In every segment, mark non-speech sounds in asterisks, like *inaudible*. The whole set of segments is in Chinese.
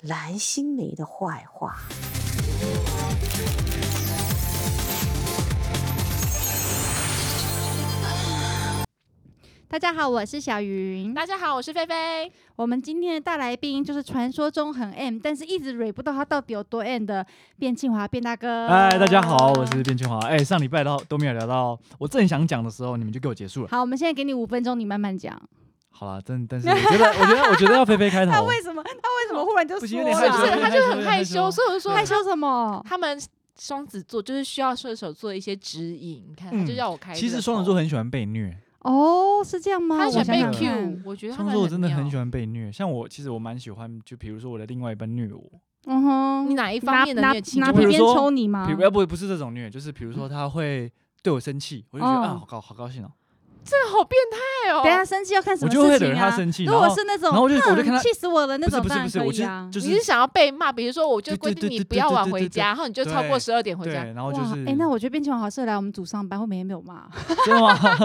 蓝心湄的坏话。大家好，我是小云。大家好，我是菲菲。我们今天的大来宾就是传说中很 M，但是一直蕊不到他到底有多 M 的卞庆华，卞大哥。嗨，哎大家好，我是卞清华。哎、上礼拜到都没有聊到，我正想讲的时候，你们就给我结束了。好，我们现在给你五分钟，你慢慢讲。好啦，真 *laughs* 但是我觉得，我觉得，我觉得要菲菲开头他，为什么？他为什么忽然就不说行有点了害羞，是有点他就是有很点害羞羞，。所以我就说啊 *laughs* 害羞什么？他们双子座就是需要射手座一些指引，你看他嗯就让我开这个头。其实双子座很喜欢被虐，哦，是这样吗？他我喜欢想被想看 Q，。我觉得他双们子座真的很喜喜欢被虐。像我，其实我蛮喜欢，就比如说我的另外一半虐我，嗯欢你哼，哪一方拿面的拿虐情？拿就比皮如鞭说抽你啊吗比？如要不不是这种虐，就是比嗯如说他会对我生气，我就觉得、哦啊，好高好高兴哦，这好变态哦！等一下生气要看什我么就会事惹情他啊？生气，如然果后是那种，然后我就我就哼看他气死我了那不是种，不是当不然是，可我以就啊。就你是是想要被骂，比如说我就对规对定对对你不要对晚对回对家，然后你就超过对十二点回对，家。然后就是哇，哎，那我觉得卞庆华好适合来我们组上班，会没有骂。真的吗？ *laughs*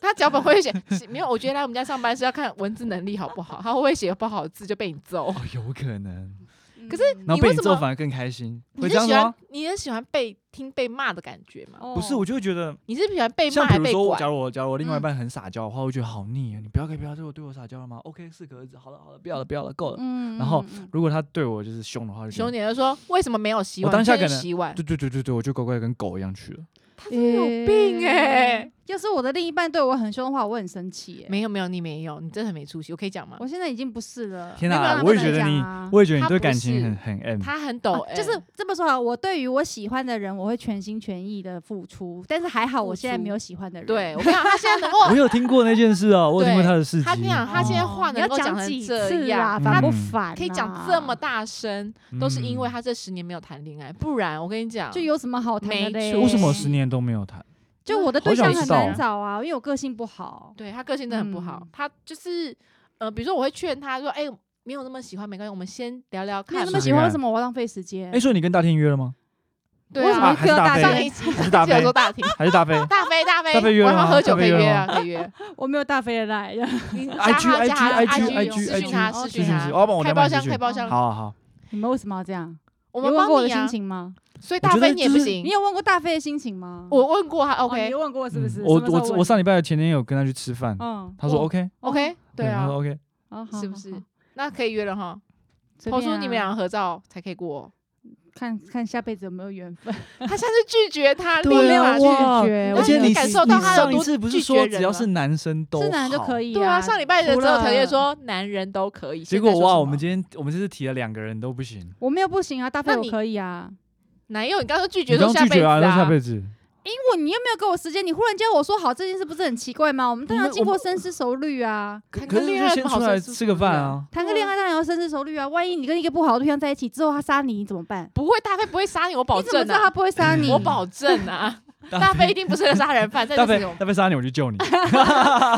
他脚本会写 *laughs* 是没有？我觉得来我们家上班是要看文字能力好不好，他会不会写不好字就被你 *laughs* 揍。哦，有可能， *laughs* 可是然你后被为你什揍么反而更开心，你会是这样喜子吗欢？哦你是喜欢被听被骂的感觉吗？哦不是，我就会觉得。你是喜欢被骂像比还如被说，我管假？如我假如我另外一嗯半很撒娇的话，我会觉得好腻啊！你不要可以不要对我对我撒娇了吗？OK，适可而止。好了好了，不要了不要了，够了。嗯然后嗯嗯如果他对我就是凶的话，就觉熊得姐就说：“为什么没有洗我碗？当下真可是能洗碗，对对对对对，我就乖乖跟狗一样去了。他真的有病哎、欸要是我的另一半对我很凶的话，我很生气哎、没有没有，你没有，你真的很没出息。我可以讲吗？嗯我现在已经不是了。天没办哪法我也不能觉得讲你啊我也觉哦哎得他你对不感情很是很 M，他很抖、啊就是这么说啊，我对于我喜欢的人，我会全心全意的付出，但是还好我付现在出没有喜欢的人。 *laughs* 对 *laughs* 我跟你讲，他现在能够，我有听过那件事哦，我有听过对他的事迹。哦他跟你讲，他现在话哦你能要够讲成几这次啊？样，烦不嗯烦、啊？可以讲这么，大声，都是因为他这十年没有谈恋爱，不然我跟你讲，就有什么好谈的没嘞？错为什么我十年都没有谈？就我的好对象想知很道难哦找啊？因为我个性不好。对他个性真的很不好。嗯他就是呃，比如说我会劝他说：“哎、没有那么喜欢没关系，我们先聊聊没有看那嘛。么试喜试欢，为看什么我要浪费时间？哎，所以你跟大天约了吗？对为什么啊会 Q 到还是大上大飞一飞？期还 *laughs* 是大记得飞说大婷，还是大飞大飞大飞，大飞约晚了上吗喝大酒可飞以约了约吗啊，可以约。我没有大飞的来，*laughs* *laughs* 你啊 I G 加他 I 加 G 他 I IG G I 私私 G I 讯 OK G，哦是是他，私讯他是，，老板我啊开等包下厢，帮你开包厢，好，好好，你们为什么要这样？我你们问过我的帮你心啊。情吗？所以我大觉飞得你也就不是行你，有问过大飞的心情吗？我问过他哦你，OK 问过是不是？嗯我什么时候我问我上礼拜前天有跟他去吃饭，嗯，他说我 OK， OK，对他啊说，OK，哦好是好不是好？那可以约了哈，随抛便出啊你们两个合照才可以过。哦看看下辈子有没有缘分。他现在是拒 *laughs* 绝他，立对啊，马拒绝。哇绝而且我你感受到你他有上一多次不拒是绝说人只要了是男生都是男的就好可以对啊，上礼拜的除时候条件了说男人都可以，结果现在说哇，什么我们今天我们这次提了两个人都不行，我没有不行啊，大飞那我你可以啊。男友，你刚刚拒你绝刚说下拒辈绝子啊，那下啊，辈子因为你又没有给我时间，你忽然间我说好这件事，不是很奇怪吗？我们当然要你们经我过们深思熟虑啊，可谈可个是恋就爱先不好出来说是吃不个是饭啊啊，谈个恋爱当然要深思熟虑啊。万一你跟一个不好的对象在一起之后，他杀你，你怎么办？不会，大飞不会杀你，我保你怎么证知道他啊，不会杀你？我保证啊，大 *laughs* 大飞一定不是个杀人 *laughs* 犯，这大就飞是大飞杀你我去救你， *laughs*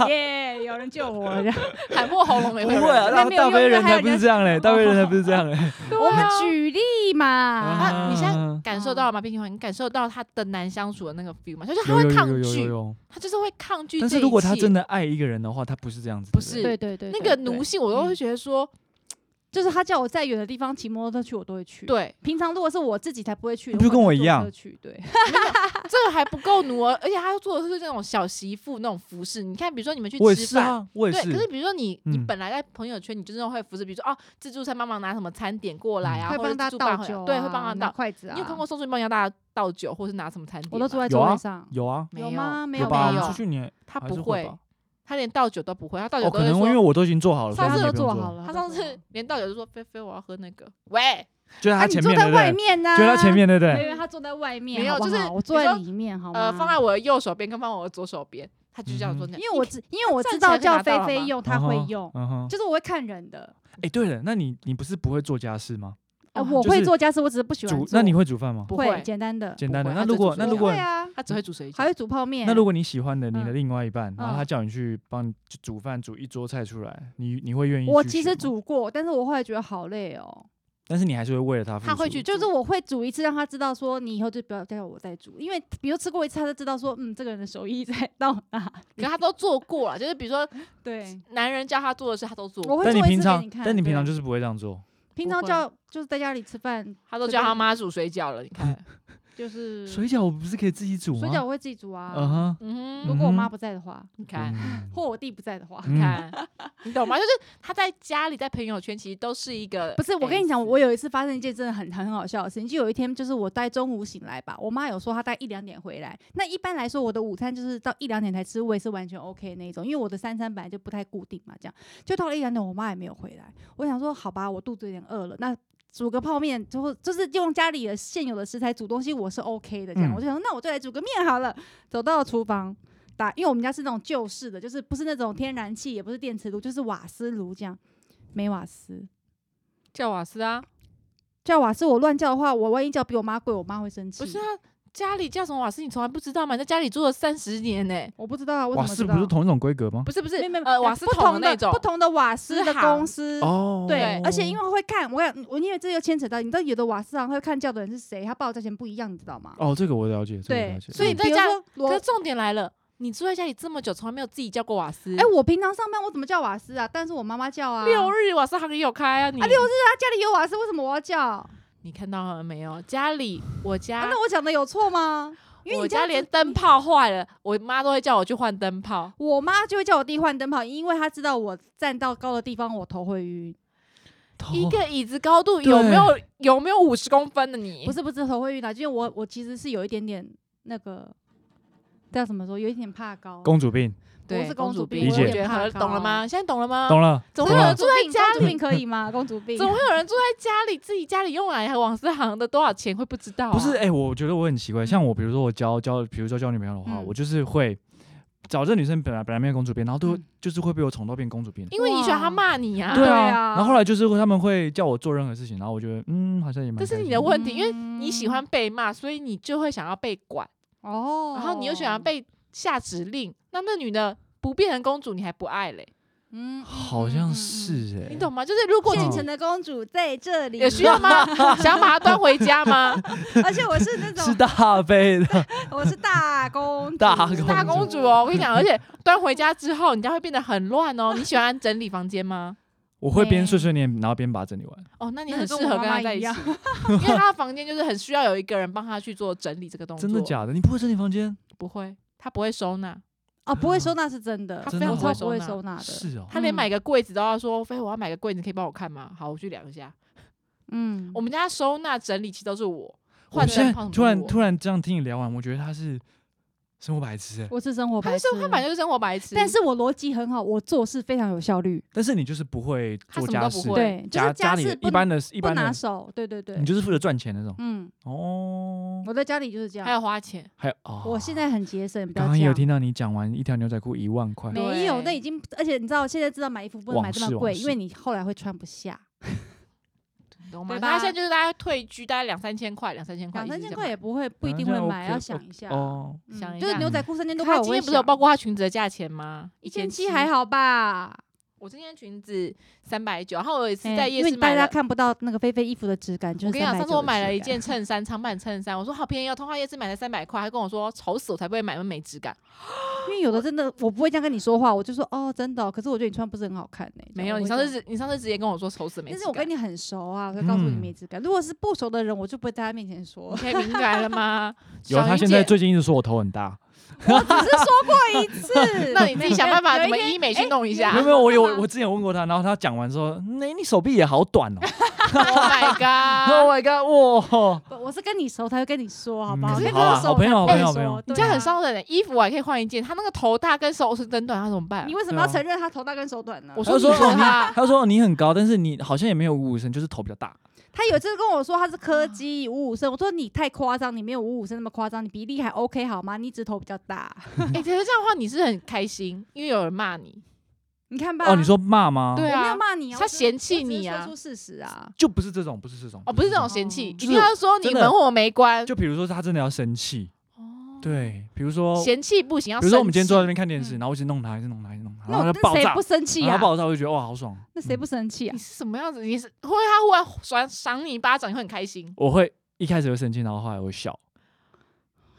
耶，有人救我了。喊破喉咙也不会有会啊，人大没有大用飞人还有才不人是这样嘞，大飞人才不是这样嘞，对我们啊 *laughs* 举例嘛，啊，你现在啊感嗯受到了吗？冰淇淋，你感受到他的难相处的那个 feel 吗？就是他有有会抗有有有拒，有，他就是会抗拒这但一切。是如果他真的爱一个人的话，他不是这样子的人，不是对对对，那对个对奴性，我都嗯会觉得说，就是他叫我在远的地方骑摩托车去，我都会去。，对，平常如果是我自己才不会去，你不是跟我一样就坐车去对，这个还不够奴哦，而且他做的是那种小媳妇那种服饰。你看，比如说你们去我也吃是饭。啊，我也对，可是是，比如说你，你嗯本来在朋友圈，你就是那种会服侍，比如说哦，自助餐帮忙拿什么餐点过来嗯啊，会或者帮他自助饭倒回来酒啊，对，会帮他拿倒。筷子啊。你有看过？送出去帮人家大家倒酒，或是拿什么餐点吗？我都坐在有座啊位上。有啊没吗？没有吧，我没们有出去你也他还是不会会吧，，他连倒酒都不会，他倒酒哦，可都会能说因为我都已经做好了，所上以次都你也不用做做好，了。他上次连倒酒就说：“菲菲，我要喝那个。”喂，就是啊，他你前坐面在对不外对？面呢？就在他前面对不没有，对？因为他坐在外面。没有好不就是好我你坐在说里面，好吗？嗯呃，放在我的右手边跟放我的左手边，他就这样说。因为我知，因为我站知起来道就叫拿到菲了菲嘛用，他会嗯哼用，嗯哼，就是我会看人的。哎，对了，那你你不是不会做家事吗？呃哦我就会是做家事，我只是不喜欢煮啊做。那你会煮饭吗？不会啊会，简单的？简单的。不那会如果他就那是如煮果会啊，他只会煮水还饺，会煮泡面。那如果你喜欢的，你的嗯另外一半，然后他嗯叫你去帮你煮煮饭，煮一桌菜出来，你你会愿意？我其实，煮过，但是我后来觉得好累哦。但是你还是会为了他付出。他会去，就是我会煮一次，让他知道说你以后就不要再叫我再煮，因为比如吃过一次，他就知道说嗯这个人的手艺 *laughs* 在到哪。可他都做过了，就是比如说对，男人叫他做的事，他都做我过，会但做你一平次给常你看。，但你平常对就是不会这样做。平不常会叫就是在家里吃饭，他都随叫便他你妈煮水饺了。你看，就是水饺我不是可以自己煮嗯吗？水饺我会自己煮啊。嗯哼，嗯如哼，果我嗯妈哼不在的话，你看，嗯或我弟不在的话，嗯你看，你懂吗？就是他在家里，在朋友圈其实都是一个哎 S。不是，我跟你讲，我有一次发生一件真的很很好笑的事情，就有一天就是我大概中午醒来吧，我妈有说她大概一两点回来。那一般来说，我的午餐就是到一两点才吃，我也是完全 OK 那一种，因为我的三餐本来就不太固定嘛，这样就到了一两点，我妈也没有回来。我想说，好吧，我肚子有点饿了，那。煮个泡面，之后就是用家里的现有的食材煮东西，我是 OK 的。这样，嗯我就想说，那我就来煮个面好了。走到了厨房，打，因为我们家是那种旧式的，就是不是那种天然气，也不是电磁炉，就是瓦斯炉这样，没瓦斯。叫瓦斯啊，叫瓦斯，我乱叫的话，我万一叫比我妈贵，我妈会生气。不是啊，家里叫什么瓦斯，你从来不知道吗？你在家里住了三十年呢、我不知道啊，我怎瓦么知斯道？不是同一种规格吗？不是不是没有没有呃呃瓦斯不桶同那的种不同的瓦斯的是行公司。哦，对，而且因为会看，我看我因为这又牵扯到，你知道有的瓦斯行会看叫的人是谁，他报价钱不一样，你知道吗？哦，这个我了解，这个我对了，解。所以嗯在比如家说可罗是，重点来了，你住在家里这么久，从来没有自己叫过瓦斯。哎，我平常上班我怎么叫瓦斯啊？但是我妈妈叫啊。六日瓦斯行也有开啊，你、啊六日她家里有瓦斯，为什么我要叫？啊你看到了没有？家里我家、那我讲的有错吗？因为我你家这样连子灯泡坏了，我妈都会叫我去换灯泡。我妈就会叫我弟换灯泡，因为她知道我站到高的地方我头会晕。一头个椅子高度有没有有没有五十公分的你？不是是不是头会晕的，就是我我其实是有一点点那个叫怎么说，有一点怕高。公主病，我是公主病理我解觉得怕和高啊懂了吗？现在懂了吗？嗯懂了，总会懂有了人住在家公主里，病可以吗？公主病总会有人住在家里，自己家里用来和往斯行的多少钱会不知道、啊？不是，哎、我觉得我很奇怪，嗯像我，比如说我交交，比如说交女朋友的话，嗯我就是会找这女生本来本来没有公主病，然后都、嗯就是会被我宠到变公主病。因为你喜欢他骂你呀、对啊，啊然后后来就是会他们会叫我做任何事情，然后我觉得嗯，好像也蛮开这心。是你的问题，因为为你喜欢被骂，所以你就会想要被管，哦，然后你又喜欢被下指令，那那女的不变成公主，你还不爱嘞？嗯，嗯哦好像。是哎、你懂吗？就是如果现现成你成的公主在这里，也需要吗？想把她端回家 *laughs* 吗？而且我是那 *laughs* 种，是大杯的，我是大公主，大是公大公主哦，我跟你讲，而且端回家之后，你家会变得很乱哦。你喜欢整理房间吗？我会边对碎碎念，然后边把它整理完。哦，那你那很适跟合我跟妈妈她在一一 *laughs* 起，*laughs* 样因为她的房间就是很需要有一个人帮她去做整理这个动作。真的假的？你不会整理房间？不会，她不会收纳，哦，不会收纳是真的，她真非的常我哦超会不收会收纳。纳的，嗯是哦，她连买个柜子都要说：“飞，我要买个柜子，你可以帮我看吗？”好，我去量一下。嗯，我们家收纳整理其实都是我，我换现在灯泡突然很多突然这样听你聊完，我觉得他是生活白痴哎、我是生活她白是痴，生，她本来就是生活白痴，但是我逻辑很好，我做事非常有效率，但是你就是不会他做什么家都不事，会对，就家是家家里事一般的一不般的拿，手，对对对你，就是负责赚钱那种。嗯，哦，我在家里就是这还样。要花钱。还有哦，我现在很节省，不要刚这刚也有样。听到你讲完一条牛仔裤一万块，没有，对那已经，而且你知道，现在知道买衣服不能买这往事么往贵，事因为你后来会穿不下。懂吗？对吧他现在就是大概退居，大概两三千块，两三千块，两三一直千在块也买。不会，不一啊定这会样买， OK，要 OK，想一下。哦，嗯想一就是下牛仔嗯裤三千多块，他我今会天不是有想包括他裙子的价钱吗？一千千七还。好吧？我今天裙子三百九，然后我有一次哎在夜因为市你买大家了。看不到那个菲菲衣服的质感，就是我跟你讲， 390上次我买的了质一感件衬衫，长版衬衫，我说好便宜哦，通化夜市买才三百块，他跟我说丑死我才不会买，那么没质感。因为有的真的我不会这样跟你说话，我就说哦，真的哦，可是我觉得你穿不是很好看欸呢。没有，你上次直你上次直接跟我说丑死没但质感。是我跟你很熟啊，我才告诉你嗯没质感。如果是不熟的人，我就不会在他面前说 *laughs* 你。可以明白了吗？ *laughs* 有小他云现在姐，，最近一直说我头很大，只是说过一次 *laughs* 那你自己想办法 *laughs* 有怎一么天医美去哎弄一下没 *laughs* 有啊没有，我有真的吗我之前有问过他，然后他讲完说，那你手臂也好短哦 *laughs*？Oh my *laughs* ，Oh god！ my god，哇，不我是跟你熟才会跟你说，好不嗯好？可你是跟我好啊好熟朋友才不会说好朋友好朋友对啊这样很伤人的，衣服我还可以换一件，他那个头大跟手是短短，他怎么办？你为什么要对啊承认他头大跟手短呢？我他说说你说哦他你，他说你很高，但是你好像也没有五五身，就是头比较大。他有一次跟我说他是柯基五五身，我说你太夸张，你没有五五身那么夸张，你比例还 OK 好吗？你只头比较大，哎、欸，可是这样的话你是很开心，因为有人骂你，你看吧，哦，你说骂吗？对我没啊有骂你啊，他我只是嫌弃我只是你啊说出事实啊，就不是这种，不是这种，哦，不是这种。种嫌弃，一就是定要说你真的门火没关。就比如说他真的要生气，哦，对，比如说，比嫌弃不行，要如说我们今天坐在那生边看电视，嗯然后我一直弄他，一直弄他，一直弄他，那然我后他就爆那谁炸不，生气然啊后？爆炸，我就觉得哇，好爽。那谁嗯不生气气啊你？是什么样子？你是会不会他忽然赏赏你一巴掌，你会很开心？我会一开始会生气，然后后来我会笑。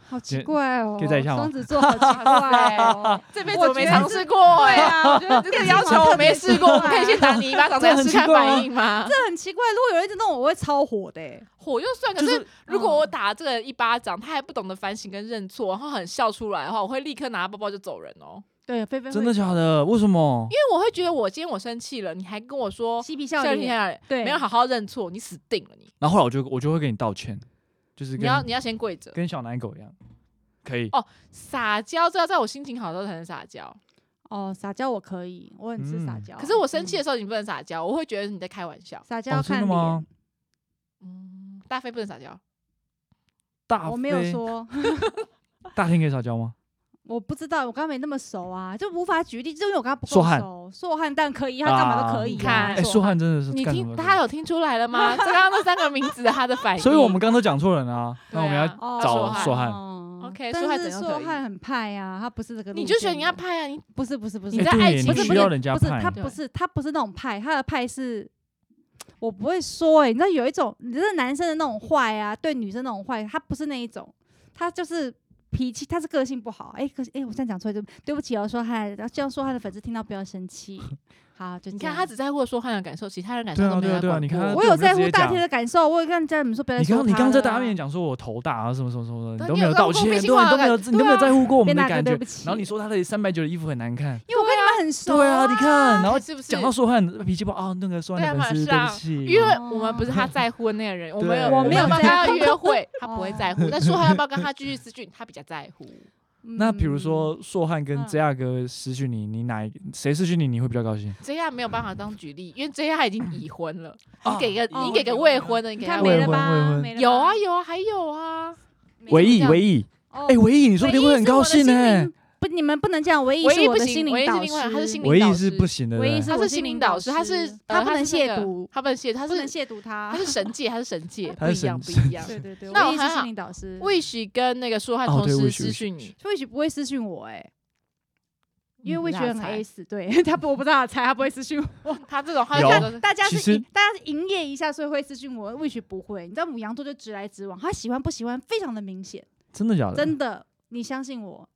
好奇怪哦，可以再一下吗双子座好奇怪哦。这辈子我我没觉得尝这试过对哎、啊， *laughs* 我觉得这这个个要求我没试过，我可以先打你一巴掌，再这很试奇看怪啊反应吗？这很奇怪。如果有人一直弄我，我会超火的欸。火就算，可就是嗯如果我打这个一巴掌，他还不懂得反省跟认错，然后很笑出来的话，我会立刻拿包包就走人哦，对，菲菲真的假的？为什么因？为我会觉得我今天我生气了，你还跟我说嬉皮笑笑脸脸，对，没有好好认错，你死定了你！然后后来我就我就会跟你道歉，就是你要你跟要先跪着跟小奶狗一样，可以哦撒娇，这要在我心情好的时候才能撒娇。哦，撒娇我可以，我很吃撒嗯娇。可是我生嗯气的时候你不能撒娇，我会觉得你在开玩笑。撒娇哦要真看的吗脸，？嗯，大飞不能撒娇，大我没有飞说，大天可以撒娇吗？我不知道，我刚刚没那么熟啊，就无法举例，就因为我跟他不够硕汉熟。硕汉但可以，他干嘛都可以啊啊。看哎，硕舒汉真的是你干什听么大家都有听出来了吗？刚刚那三个名字的他的反应，所以我们刚刚都讲错人啊，对那啊我们要哦找硕硕汉哦 OK，硕汉但怎是样硕可以汉很派啊，他不是这个路你线的。就选人家派啊，你不是不是不是，你在哎对爱耶情不你是需不是要人家不是派他对不是他不是那种派，他的派是。我不会说哎、你知道有一种，你知道男生的那种坏啊，对女生那种坏，他不是那一种，他就是脾气，他是个性不好。哎、可是哎、我这样讲出来就对不起哦，说汉，然后这样说他的粉丝听到不要生气。好，就你这样看他只在乎说汉的感受，其他人感对受啊都没对啊有对啊管你看过 *laughs* 他我对有我就在直接乎大讲天的感受，我有跟家人们说不要再你刚说刚你刚刚在他了大家面前啊讲说我头大啊，什么什么什么的，你都对你没有道跟我歉，对，脾你气都不好没有，的你都没有在乎过我们变的大哥感对觉不。起然后你说他的三百九的衣服很难看，因为我跟你们很熟、对啊，你看，然后是不是讲到硕汉脾气不好，啊，那个硕汉的对啊粉丝，马对上不起，因为我们不是 *laughs* 他在乎的那个人，我们有哦对我没有帮在乎他要约会，他不会哦 *laughs* 在乎。但说他要不要跟他继续私讯，他比较在乎。那比如说硕汉跟嗯 JR 哥失去你，你哪一谁失去你，你会比较高兴？ J R 没有办法当举例，因为 J R 已经已婚了。啊你给个哦你给个未婚嗯，的，你你给看他没未了未婚未吧？婚没了吧有啊，有啊，还有啊，唯这一样唯一，哦哎，唯一，你说不定会很高兴啊欸可是我的心。呢灵不，你们不能这样。唯一唯一是我不的行心唯一灵导是师，另外他是心灵唯一导是师不行的，唯一对是他我是心心灵灵导导师，师他是他不能亵渎，他不能亵渎，他不能是亵渎他他。是神界，他是神界，他不是一样，不神一样。对对对，那唯一我还是好心灵导师， Wish 跟那个说汉哦同对时 Wish，私 Wish，讯 Wish 你，魏许不会私讯我哎，因为嗯魏不许大很猜 A 死，对 *laughs* 他不我不知道他猜，他不会私讯我。 *laughs* 他这种他有就 *laughs* 觉得大家其是实营大家是营业一下，所以会私讯我。魏许不会，你知道母羊座就直来直往，他喜欢不喜欢非常的明显，真的假的？真的，你相信我，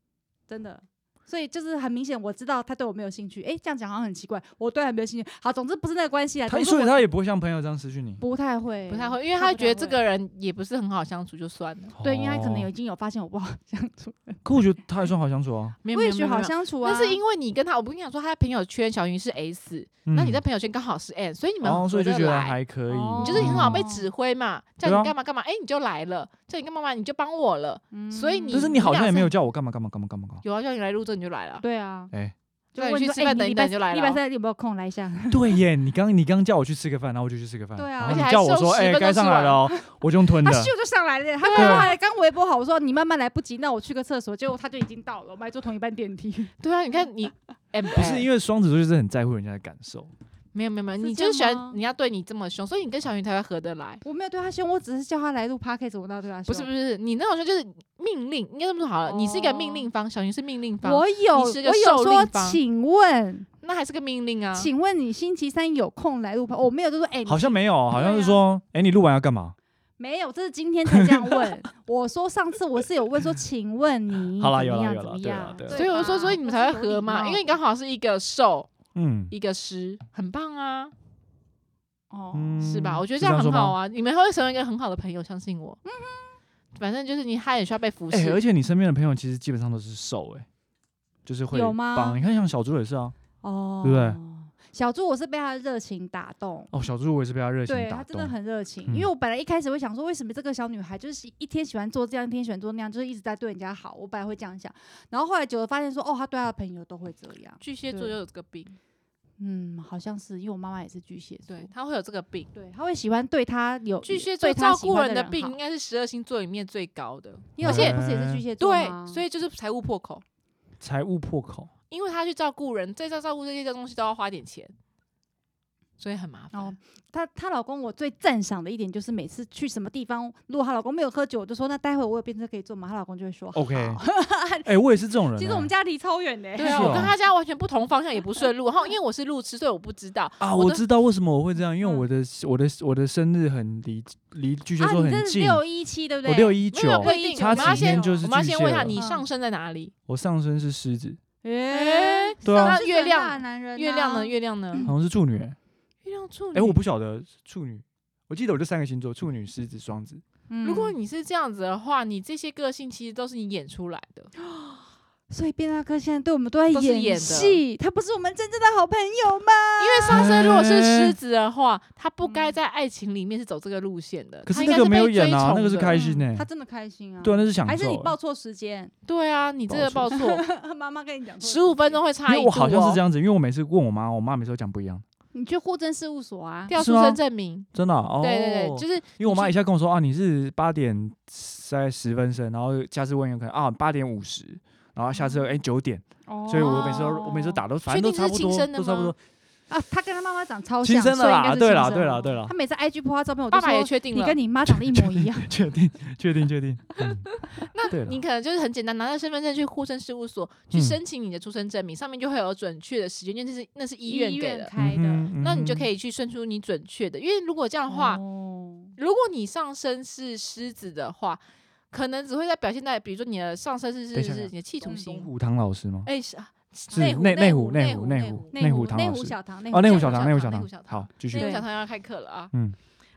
真的。所以就是很明显，我知道他对我没有兴趣。哎、这样讲好像很奇怪，我对他没有兴趣。好，总之不是那个关系啊。他总之所以我他也不会像朋友这样失去你。不太会，不太会，因为他觉得这个人也不是很好相处，就算了。对，因为他可能有哦已经有发现我不好 *laughs* 相处，可我觉得他还算好相处啊。没我有没也有没许有没好有相处啊。那是因为你跟他，我不跟你讲说他的朋友圈小云是 S，、那你在朋友圈刚好是 N，所以你们嗯哦，所以就合觉得来还可以嗯哦，你就是很好被哦指挥嘛，叫对啊你干嘛干嘛，哎、你就来了，叫你干嘛干嘛你就帮我了，嗯，所以你但是你好像也没有你叫我干嘛干嘛干嘛干嘛干嘛。有啊，叫你来录这你就来了，对啊，哎，就对问去说吃哎饭你等一礼等拜就来礼了拜哦三有没有空来一 *laughs* 下？对耶，你刚你刚叫我去吃个饭，然后我就去吃个饭。对啊然而后且你还叫我收说，拾一哎，个该都上出来来了哦，我就用 *laughs* 吞他的。咻就上来了，他对刚啊来刚微博好，我说你慢慢来不及，那我去个厕所，结果他就已经到了，我们还坐同一班电梯。对啊，你看 *laughs* 你，哎、不是因为为双子座就是很在乎人家的感受，没有没有没有，是你这就是喜样欢吗人家对你这么凶，所以你跟小云才会合得来。 *laughs* 我没有对啊他凶，我只是叫他来录 podcast，我哪有对他不凶？是不是，你那种凶就是命令，应该这么说好了，你是一个命哦令方，小云是命令方，我有，你是个我受有令说，方请问，那还是个命令啊。请问你星期三有空来录吧？我没有，就说哎，你好像没有，好像是说，哎，你录完要干嘛？没有，这是今天才这样 *laughs* 问。我说上次我是有问说，请问你好啦怎么有啦样有怎啦么对啦样对啦所以我就说，吧所以你们才会我是有合礼嘛，因貌为你刚好是一个受，嗯一个失，很棒啊，哦，嗯，是吧？我觉得是这样样说很吗好。啊，你们会成为一个很好的朋友，相信我。嗯反正就是你，他也需要被服哎，而侍。且你身边的朋友其实基本上都是瘦，哎，就是会有吗帮。你看，像小猪也是啊。哦，对不对？小猪，我是被他的热情打动。哦，小猪我也是被他热情对打他真的动。很热情，嗯因为我本来一开始会想说，为什么这个小女孩就是一天喜欢做这样，一天喜欢做那样，就是一直在对人家好。我本来会这样想，然后后来久了发现说，哦，她对她的朋友都会这样。巨蟹座对就有这个病，嗯，好像是，因为我妈妈也是巨蟹座，对，他会有这个病。对，她会喜欢对她有巨蟹座对她照喜顾欢人的的病好应该是十二星座里面最高的，你有而且不是也是巨蟹座对吗，所以就是财务破口。哦财务破口，因为他去照顾人，再照照顾这些东西都要花点钱，所以很麻烦。哦，她她老公我最赞赏的一点就是每次去什么地方，如果她老公没有喝酒，我就说那待会我有冰车可以坐吗？她老公就会说好。 OK，哎， *laughs* 我也是这种人欸。其实我们家离超远的、欸对是啊，我跟哦他家完全不同方向，也不顺路。然后因为我是路痴，所以我不知道啊，我我都知道为什么我会这样，因为嗯我的我的我的生日很离离巨蟹啊，座你很这是近，六一七对不我对？六一没有九不，一定。差我们要几天先，就是我们要巨先蟹问一下了你嗯上升在哪里？我上身是狮子，哎、哎对啊上那次月长大亮的男人、啊月亮呢？？月亮呢？嗯好像是处女欸。哎月亮处女。哎，我不晓得处女，我记得我就三个星座：处女、狮子、双子。嗯如果你是这样子的话，你这些个性其实都是你演出来 *laughs* 的。所以变大哥现在对我们都在都是演演的戏，他不是我们真正的好朋友吗？因为上升如果是哎狮子的话，他不该在爱情里面是走这个路线的。可他是应那该个是没有被演追啊，那崇个是的开心呢他。真的开心啊！对啊，那是享受欸。还是你报错时间， *laughs* 对啊，你这个报报错，妈妈跟你讲错 *laughs* 十五分钟会因差一为度、哦。我好像是这样子，因为我每次问我妈，我妈每次都讲不一样，你去户政事务所啊。调是出吗生证明。真的啊。哦，对对对，就是因为我妈去一下跟我说啊，你是八点在十分生，然后下次问有可能啊八点五十，然后下次哎九点，所以我每次都我每次都打都反正都哦差不确定这是多，亲生的都差不吗多哦啊，他跟他妈妈长超亲像，生所的以应该啦，是对啦亲生对啦对啦他，每次 IG 拍他照片，我都爸爸也说确定你了，跟你妈长得一模一样。确定确定确定， *laughs* 嗯对了你可能就是很简单，拿着身份证去户政事务所去嗯申请你的出生证明，上面就会有准确的时间，因为这是那是 *laughs* 医院给的，开的嗯哼那你就可以以去算出你准确的。因为如果这样的话，哦如果你上身是狮子的话，可能只会在表现在，比如说你的上身是等一下是是你的气图东心，虎堂老师吗？哎是啊是湖内内湖内内湖内内湖湖内湖唐内老湖师小堂，内哦内湖小小堂堂内湖内湖堂小，堂好继续内湖对小堂要开课了啊。嗯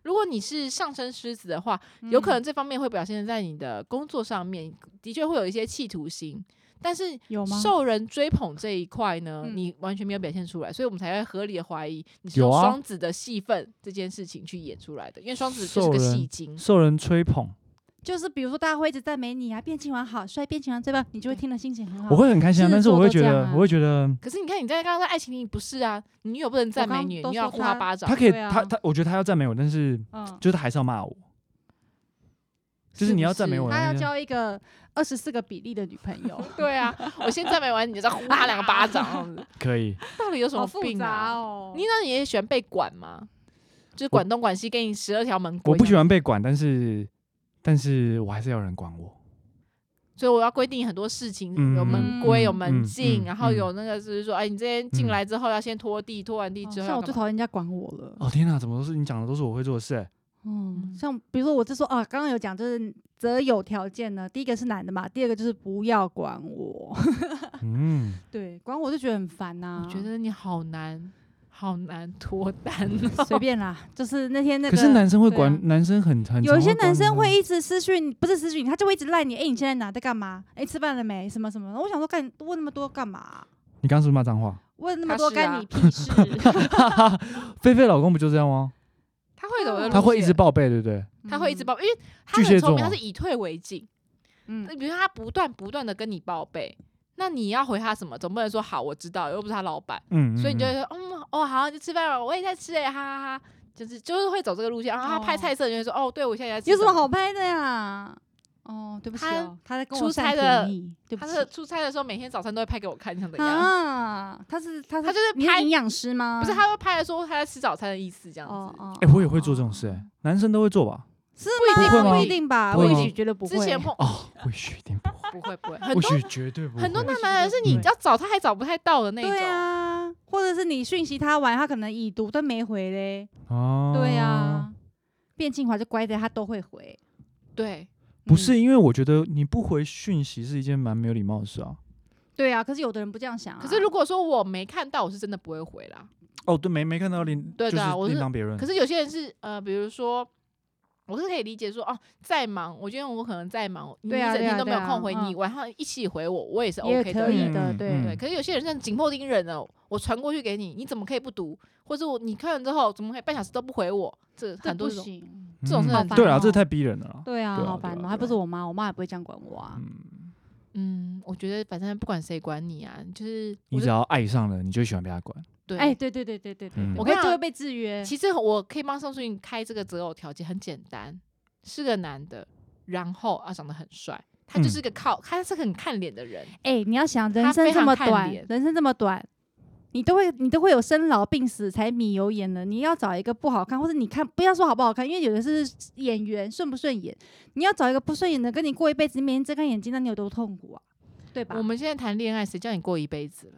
如果你是上身狮子的话，有可能这方面会表现在你的工作上面，的确会有一些企图心，但是有吗？受人追捧这一块呢，嗯你完全没有表现出来，所以我们才会合理的怀疑你是有用啊双子的戏份这件事情去演出来的，因为双子就是受个人戏精。受人吹捧，啊就是比如说大家会一直赞美你啊，变情王好帅，变情王最棒，你就会听了心情很好。我会很开心啊，狮子但是我座会都觉这样得啊我会觉得可是你看你在刚刚在爱情里不是啊，你女友不能赞美刚你，都你要说呼她她巴掌他。可以对啊他他我觉得他要赞美我，但是嗯，就是他还是要骂我，就是是你不要赞美是我的他那要个，交一个二十四个比例的女朋 *laughs* 友， *laughs* 对啊，我先赞美完你就再呼她两个巴掌，这 *laughs* 样子可以。到底有什好么复病杂啊？哦。你那你也喜欢被管吗？就是管东管西，给你十二条门规。我不喜，欢被管，但是但是我还是要有人管我。所以我要规定很多事情，嗯有门规、嗯有门嗯禁，嗯然后嗯有那个就是说，哎，你这边进嗯来之后要先拖地，拖完地哦之后像要我干最嘛讨厌人家管我了。哦天哪，怎么都是你讲的都是我会做的事、 *laughs* 欸？嗯嗯，像比如说我就说啊，刚刚有讲就是择友条件呢，第一个是男的嘛，第二个就是不要管我，嗯，对， *laughs* 管我就觉得很烦呐、我觉得你好难，好难脱单哦。嗯随便啦，就是那天那个。可是男生会对啊管，男生很很有一些常男生管会女一直私讯，不是私讯，他就会一直赖你。哎、你现在哪在干嘛？哎、吃饭了没？什么什么的？我想说干问那么多干嘛？生你刚刚是不是骂脏话？问那么他多是啊 *laughs* 干你屁事？菲菲老公不就这样吗？他会走的路他会一线直，报备，对不对？他会一直报，因为他巨很蟹聪明，座他嘛是以退为进。 *laughs* 嗯。嗯，比如说他不断不断的跟你报备，那你要回他什么？总不能说好我知道，又不是他老板，嗯，所以你就嗯会说嗯哦好，你吃饭了，我也在吃哎，哈哈哈。就是就是会走这个路线，然后他拍哦菜色你就会说哦，对我现在在吃有什么么好拍的呀？哦，对不起、哦，他在跟我出占差的便宜，对不他起是出差的时候，每天早餐都会拍给我看，像怎样？啊，他是他是他就是你拍是营养师吗？不是，他会拍的说他在吃早餐的意思，这样哦子。哦，哎、我也会做这种事、哦欸，男生都会做吧？是不一定吗？会吗一定吧，不我会也吗许觉得不会。之前碰哦，或许一定不会，不会不会， *laughs* 很或多许绝对不会。很多大男人是你嗯要找他还找不太到的那一种。对啊，或者是你讯息他完，他可能已读但没回嘞。哦，对啊，变清华就乖的，他都会回。对不嗯是因为我觉得你不回讯息是一件蛮没有礼貌的事啊。对啊，可是有的人不这样想啊。可是如果说我没看到，我是真的不会回啦。哦，对，没没看到另对就的啊我是另是当别论。可是有些人是呃，比如说。我是可以理解说哦，在忙，我觉得我可能在忙，你一对啊整对啊天都没对有啊空回你，嗯晚上一起回我，我也是也 OK 的可以人。的，嗯对对，嗯可是有些人像紧迫盯人哦，我传过去给你，你怎么可以不读？或者我你看完之后，怎么可以半小时都不回我？这这很多不这种行。嗯这种是很对啊，烦这哦太逼人了啊。对啊，对啊好对啊烦对哦，啊还不是我妈，我妈也不会这样管我啊。嗯，嗯，我觉得反正不管谁管你啊，就是我你只就要爱上了，你就喜欢被他管。对。哎，对对对对对对嗯对，我会跟你就讲会被制约。其实我可以帮宋楚瑜开这个择偶条件，很简单，是个男的，然后啊长得很帅，他就嗯是个靠，他是很看脸的人。哎、你要想人他生非这常么看短脸，人生这么短，你都会你都会有生老病死、柴米油盐的。你要找一个不好看，或者你看不要说好不好看，因为有的是演员顺不顺眼。你要找一个不顺眼的，跟你过一辈子，你每天睁开眼睛，那你有多痛苦啊？对吧我？们现在谈恋爱，谁叫你过一辈子了？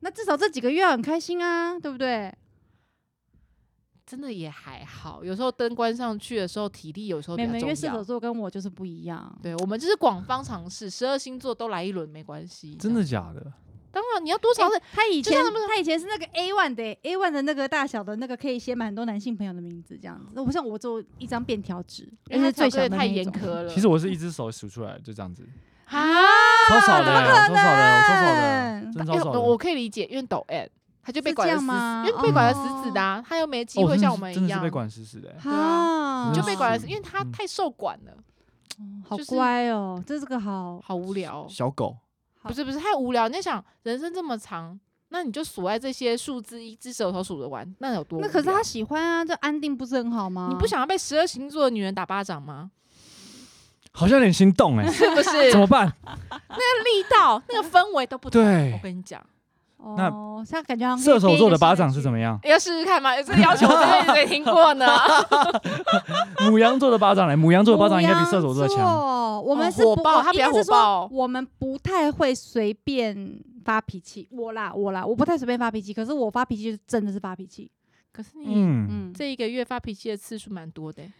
那至少这几个月要很开心啊，对不对？真的也还好，有时候灯关上去的时候，体力有时候比美较美因为射重手要。座跟我就是不一样。对，我们就是广方尝试，十二星座都来一轮没关系。哎真的假的？当然你要多少是他以就前像他们他以前是那个 A one 的 A one 的那个大小的那个可以写满很多男性朋友的名字这样子。那我像我只有一张便条纸，因而为且最他条小件的太那一严种苛了。其实我是一只手数出来，就这样子， *laughs* 啊，超少的，超少的，超少能的，真超少因为的。哎哦我可以理解，因为抖 M 他就被是管这的样死吗死，因为被管的死死的啊，他又没机哦会真的像是我们真一的是样哦被管死死的欸。啊，你就被管的死死，因为他嗯太受管了，好就是乖哦，这是个好，好无聊哦。小狗，不是不是太无聊，你在想人生这么长，那你就数在这些数字，一只手头数着玩，那有多无那聊？可是他啊喜欢啊，这安定不是很好吗？你不想要被十二星座的女人打巴掌吗？好像有点心动 *laughs* 哎，是不是？怎么办？那个力道、那个氛围都不同。对我跟你讲，那哦，他感觉好像可以射手座的巴掌编一个是怎么样？要试试看吗？这个要求我真的没听 *laughs* 过呢。母羊座的巴掌嘞，母羊新的座的巴掌应该比射手座母羊强。座哦我们哦是不火爆他比较应该是火爆说我们不太会随便发脾气。我啦，我啦，我不太随便发脾气，可是我发脾气就是真的是发脾气。可是你嗯，嗯，这一个月发脾气的次数蛮多的欸，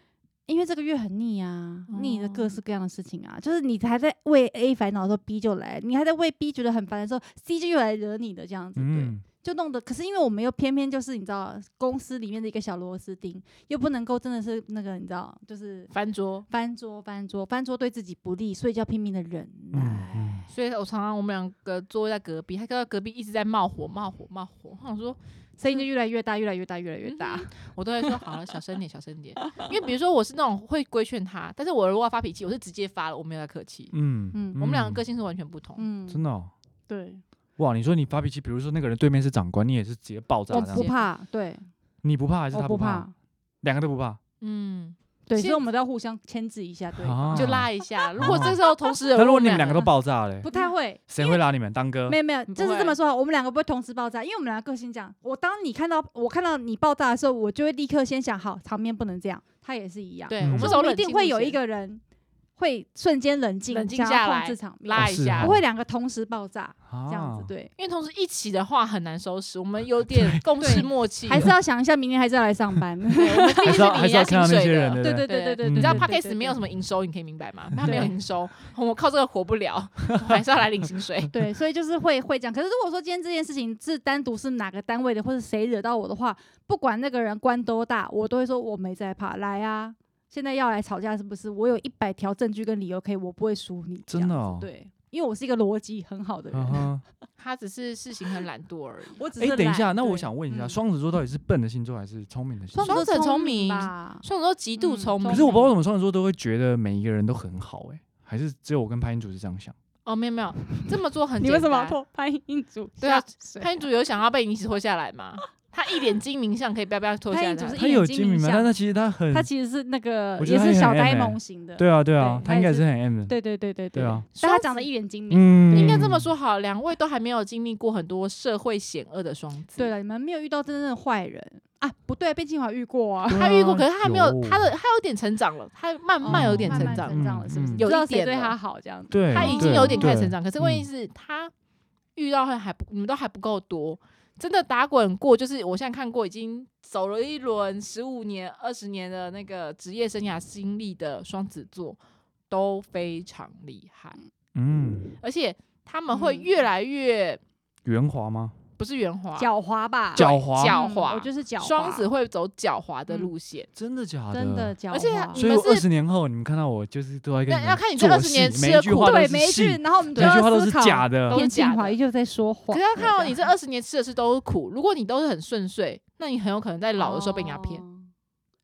因为这个月很腻啊，腻的哦各式各样的事情啊，就是你还在为 A 烦恼的时候，B 就来；你还在为 B 觉得很烦的时候，C 就又来惹你的这样子，对，嗯，就弄得。可是因为我们又偏偏就是你知道，公司里面的一个小螺丝钉，又不能够真的是那个你知道，就是翻桌。翻桌翻桌翻桌对自己不利，所以就要拼命的忍耐。嗯嗯所以我常常我们两个座位在隔壁，他看到隔壁一直在冒火、冒火、冒火。我想说，声音就越来越大，越来越大，越来越大。我都会说好了，小声点，小声点。因为比如说我是那种会规劝他，但是我如果要发脾气，我是直接发了，我没有在客气。嗯嗯我们两个个性是完全不同。嗯，真的哦对，哇！你说你发脾气，比如说那个人对面是长官，你也是直接爆炸我这样不子，怕，对，你不怕还是我他不怕？，两个都不怕，嗯，对，现所以我们都要互相牵制一下，对方，啊嗯就拉一下。如果这时候同时有，那如果你们两个都，爆炸嘞，不太会。谁会拉你们当哥没？有没有，不嗯就是会这么说哦好。我们两个不会同时爆炸，因为我们两个个性这样。我当你看到我看到你爆炸的时候，我就会立刻先想，好，场面不能这样。他也是一样，对，嗯我们所以走我冷们一定静会路有一线个人会瞬间冷静，冷静想要下来控制场面，拉哦一是下，啊不会两个同时爆炸啊这样子，对。因为同时一起的话很难收拾，我们 *laughs* 有点共事默契，还是要想一下，明天还是要来上 *laughs* 班。对我还是们毕竟是要领还是要人家看到那薪些水人，的。对对对不对？对对对对，嗯你知道对 podcast 对没有什么营收，你可以明白 *laughs* 吗？他没有对营收，我靠这个活不了，我还是要来领薪水。 *laughs* 对，所以就是会会这样。可是如果说今天这件事情是单独是哪个单位的，或者谁惹到我的话，不管那个人官多大，我都会说我没在怕，来啊，现在要来吵架是不是？我有一百条证据跟理由可以，我不会输你。啊这真的样子哦对，因为我是一个逻辑很好的人，嗯哼他只是事情很懒惰而已。我只是哎，懒。等一下，那我对想问一下，嗯双子座到底是笨的星座还是聪明的星双座？子座双子很聪明吧？双子座极嗯度聪明，可是我不知道为什么双子座都会觉得每一个人都很好，哎，还是只有我跟潘英主是这样想。哦，没有没有，这么做 *laughs* 很你简为单。什么要拖潘英组对啊下水？潘主有想要被你一起拖下来吗？他一脸精明相，可以不要不要拖下潘来英。主是他一眼有睛精明明吗？相但他其实他很他，其实是那个我觉也得他是也小很呆 M 欸萌型的。对啊对啊对，他应该也他是很 M 的。对对对对对啊，但他双长子得一眼精明。嗯，应该这么说好，两位都还没有经历过很多社会险恶的双子。对了，啊你们没有遇到真正的坏人啊？不对，被清华遇过啊。对啊。他遇过，可是他还没有他的，有他有点成长了，他慢慢有点成哦慢慢长成了，长了，是不是？嗯嗯知道有一谁点对了他好这样子。对，他已经对有点开始对嗯成长。可是问题是，他遇到还还不，你们都还不够多。真的打滚过，就是我现在看过，已经走了一轮十五年、二十年的那个职业生涯经历的双子座，都非常厉害，嗯，而且他们会嗯越来越圆滑吗？不是圆滑，狡猾吧，狡猾狡嗯猾，我就是狡猾。嗯双子会走狡猾的路线。真的假真的狡猾，而且你所以我们二是十年后，你们看到我就是都在跟那你要们看你这做20戏年吃每一了句苦话对都是每一句，戏，然后我们就每一句话要都思是考。假的都。变是假清华的依旧在说谎。可是他看啊到你这 *laughs* 二十年吃的事都是苦，如果你都是很顺遂，那你很有可能在老的时候被人家骗。哦。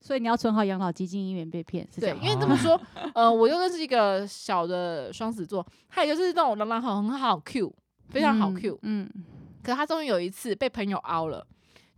所以你要存好养老基金，以免被骗。是这对，样因吗为这么说， *laughs* 呃，我又认识一个小的双子座，他也就是那种朗朗好很好 Q，非常好 Q、嗯，可他终于有一次被朋友凹了，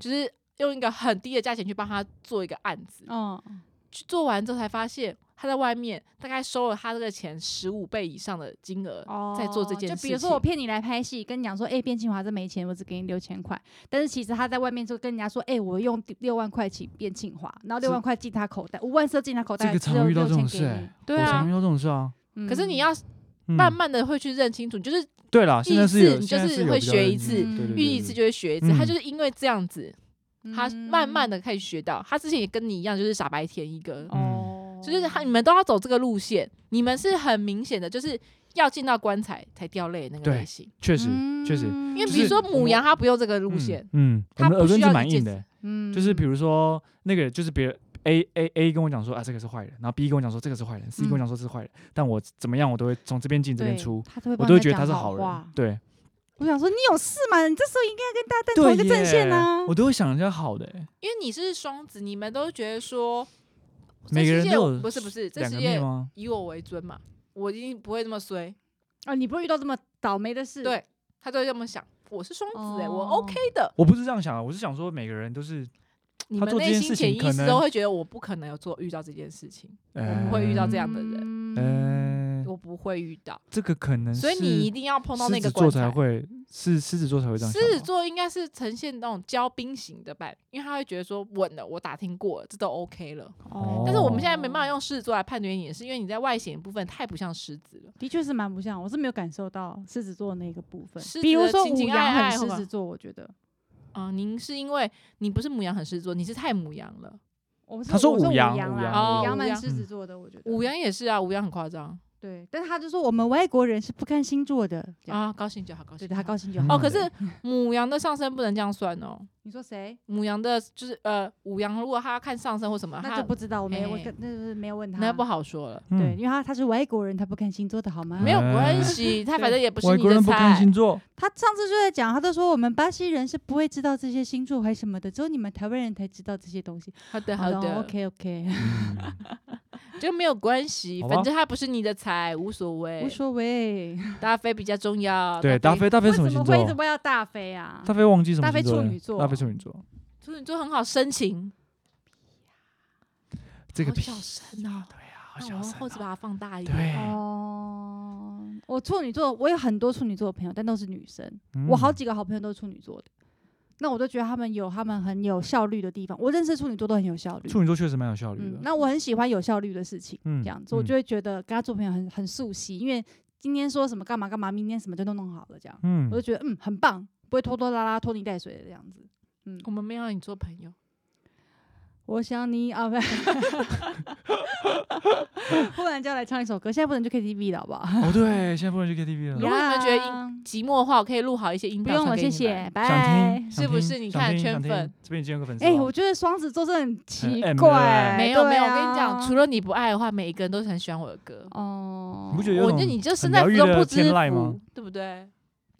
就是用一个很低的价钱去帮他做一个案子，嗯哦，去做完之后才发现。他在外面大概收了他这个钱十五倍以上的金额哦，在做这件事就情。比如说我骗你来拍戏，跟你讲说，哎、变清华这没钱，我只给你六千块。但是其实他在外面就跟人家说，哎、我用六万块请变清华，然后六这万块进他口袋，五万是进他口这袋，个只常有遇到六这千种给事、你欸。，对我常啊遇，到这种事啊。可是你要嗯、慢慢的会去认清楚，你就是对啦，现在是有，意思你现在就是有会比较学认一真次对对对遇一对次就会学一次。他嗯就是因为这样子，嗯他慢慢的开始学到。他之前也跟你一样，就是傻白甜一嗯个，哦，就是他你们都要走这个路线，你们是很明显的，就是要进到棺材才掉泪的那个对类型。确实确实，因因为就比如是说我母们羊，它不用这个嗯路线，嗯，嗯我他们不耳根子需要嗯蛮一件硬的事欸、嗯就是比如说那个就是别人 A A A 跟我讲说啊这个是坏人，然后 B 跟我讲说这个是坏人，C 跟我嗯讲说这是坏人，但我怎么样我都会从这边进这边出，，他都会我帮都会家觉得他讲是好好话人，。对，我想说，你有事吗？你这时候应该跟大家站同对一个阵线耶啊。我都会想人家好的欸，因为你是双子，你们都觉得说，哦这每个世人界都有不是不是，这两世个界面吗？以我为尊嘛，我一定不会这么衰，哦，你不会遇到这么倒霉的事。对他都会这么想。我是双子哎、我哦 OK 的。我不是这样想的，我是想说每个人都是，你他们做这内件心事潜情意可识能都会觉得我不可能有做遇到这件事情，呃，不会遇到这样的人人呃，我不会遇到，这个可能所以你是一定要碰到狮那子个座棺才材。会是狮子座才会这样狮想吧。子座应该是呈现那种骄兵型的吧，因为他会觉得说稳了，我打听过了，这都 OK 了。哦但是我们现在没办法，用狮子座来判断你，是因为你在外显部分太不像狮子了。的确是蛮不像，我是没有感受到狮子座那个部分狮。比子如的说情五情羊爱爱很狮好吧子座，我觉得啊、您是因为你不是母羊很狮子座，你是太母羊了。我是他说我五是五羊羊五啦羊哦五五羊蛮羊狮子座的，我觉得五羊也是啊，五羊很夸张对，但是他就说我们外国人是不看星座的，这样啊，高兴就好，高兴对就他好。高兴就嗯好。哦，可是母羊的上升不能这样算哦。你说谁？母羊的就是呃，五羊如果他要看上升或什么，那他就不知道，我没我哎跟那就是没有问他。那不好说了。对，嗯因为他他是外国人，他不看星座的好吗？没有哎 *laughs* 关系，他反正也不是外你国的人不看菜星。座， *laughs* 他上次就在讲，他都说我们巴西人是不会知道这些星座还什么的，只有你们台湾人才知道这些东西。哦好的，好的，OK OK， *laughs* 嗯就没有关系，好吧反正他不是你的菜，无所谓无。所谓。大飞比较重要。对，大飞大飞为是什么什星么座会一？直问要大飞啊？大飞忘记什么大飞星座处了女座大飞处女 *laughs* 座，处女座很好深情，这个好屁小声哦。对呀，好那小我们声后置哦。把它放大一点。对，哦，我处女座，我有很多处女座的朋友，但都是女生。嗯我好几个好朋友都是处女座的，那我就觉得他们有他们很有效率的地方。我认识处女座都很有效率，处女座确实蛮有效率嗯的，。那我很喜欢有效率的事情。嗯这样子，我就会觉得跟他做朋友很很熟悉，因为今天说什么干嘛干嘛，明天什么就都弄好了，这样嗯我就觉得嗯很棒，不会拖拖拉拉、拖泥带水的这样子。嗯，我们没有让你做朋友，我想你啊，不 *laughs* *laughs* 是，不然就要来唱一首歌，现在不能去 KTV 了，好不好？哦对，现在不能去 *laughs* KTV 了，如果你们觉得呀寂寞的话，我可以录好一些音不档用传了，给你谢们。谢，想拜听。是不是你看圈圈粉？这边已经有个粉丝哦哎、了，我觉得双子座真的很奇很哎 M，怪，没有对没有，我啊跟你讲，除了你不爱的话，每一个人都是很喜欢我的歌。哦，你不觉得有我种就你就身很在疗福愈中的不知天籁吗福，对不对？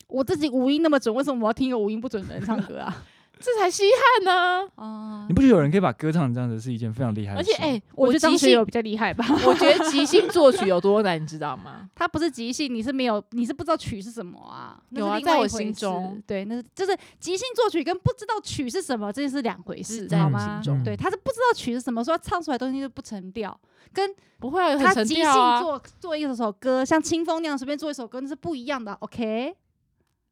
我自己五音那么准，为什么我要听一个五音不准的人唱歌 *laughs* 啊？这才稀罕呢。 *laughs* 哦你，不觉得有人可以把歌唱成这样子是一件非常厉害的而事且吗？哎，我觉得即张学兴友，比较厉 *laughs* 害吧。我觉得即兴作曲有多难，你知道吗？它不是即兴，你是没有，你是不知道曲是什么啊？那有是啊另在外我一回心事中，对，那是就是即兴作曲跟不知道曲是什么，这是两回事，在好我吗嗯心？中对，他是不知道曲是什么，说他唱出来的东西就不成调，跟不会啊，很他沉即淀兴啊。做做一首歌，像清风那样随便做一首歌，那是不一样的。OK，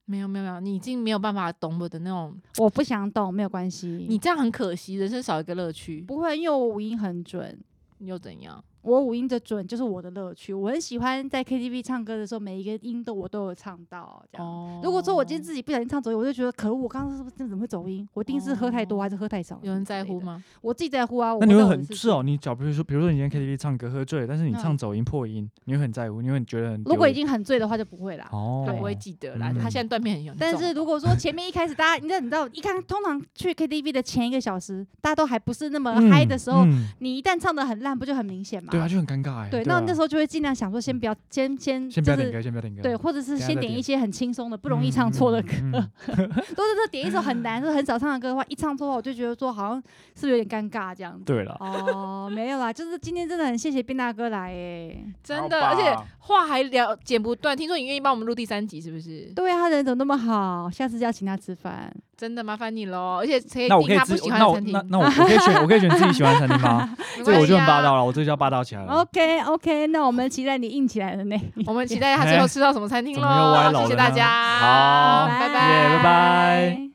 没有没有没有，你已经没有办法懂我的那种，我不想懂，没有关系，你这样很可惜，人生少一个乐趣。不会，因为我五音很准。又怎样？我五音的准就是我的乐趣，我很喜欢在 KTV 唱歌的时候，每一个音都我都有唱到，这样。哦如果说我今天自己不小心唱走音，我就觉得可恶，我刚刚是不是真的怎么会走音？我一定是喝太多哦还是喝太少？有人在乎？吗？我自己在乎啊。那我你知会道我很的事是哦，你假比如说，比如说你今天 KTV 唱歌喝醉了，但是你嗯唱走音破音，你会很在乎，你会很觉得很如果丢已经很醉的话，就不会啦。哦，他不会记得啦，嗯他现在断片很严重。但是如果说前面一开始大家，你知道，你知道，一看通常去 KTV 的前一个小时，大家都还不是那么呃嗨的时候，嗯嗯你一旦唱的很烂，不就很明显嘛？对啊，就很尴尬哎。对，那啊嗯那时候就会尽量想说，先不要，先先先不就要点是歌，先不要点歌，对，或者是等下先再点一点些很轻松的、不容易嗯唱错的嗯歌。嗯嗯 *laughs* 都是这点一首很难、很少唱的歌的话，一唱错的话，我就觉得说好像是不是有点尴尬这样子。对了， *laughs* 啊哦，没有啦，就是今天真的很谢谢斌大哥来诶、真的，好而吧且话还聊剪不断。听说你愿意帮我们录第三集，是不是？对啊，他人怎么那么好？下次要请他吃饭。真的麻烦你喽，而且可以那我可订以他自哎不喜欢那的我餐厅那，那我我可以选我可以选自己喜欢的餐厅吗？没这个关我系就很霸啊。道了，我这个叫霸道拉起来了。 OK OK，那我们期待你硬起来的那一 *laughs* 我们期待他最后吃到什么餐厅哎怎么又歪喽！楼谢谢了大呢家，啊好拜耶拜拜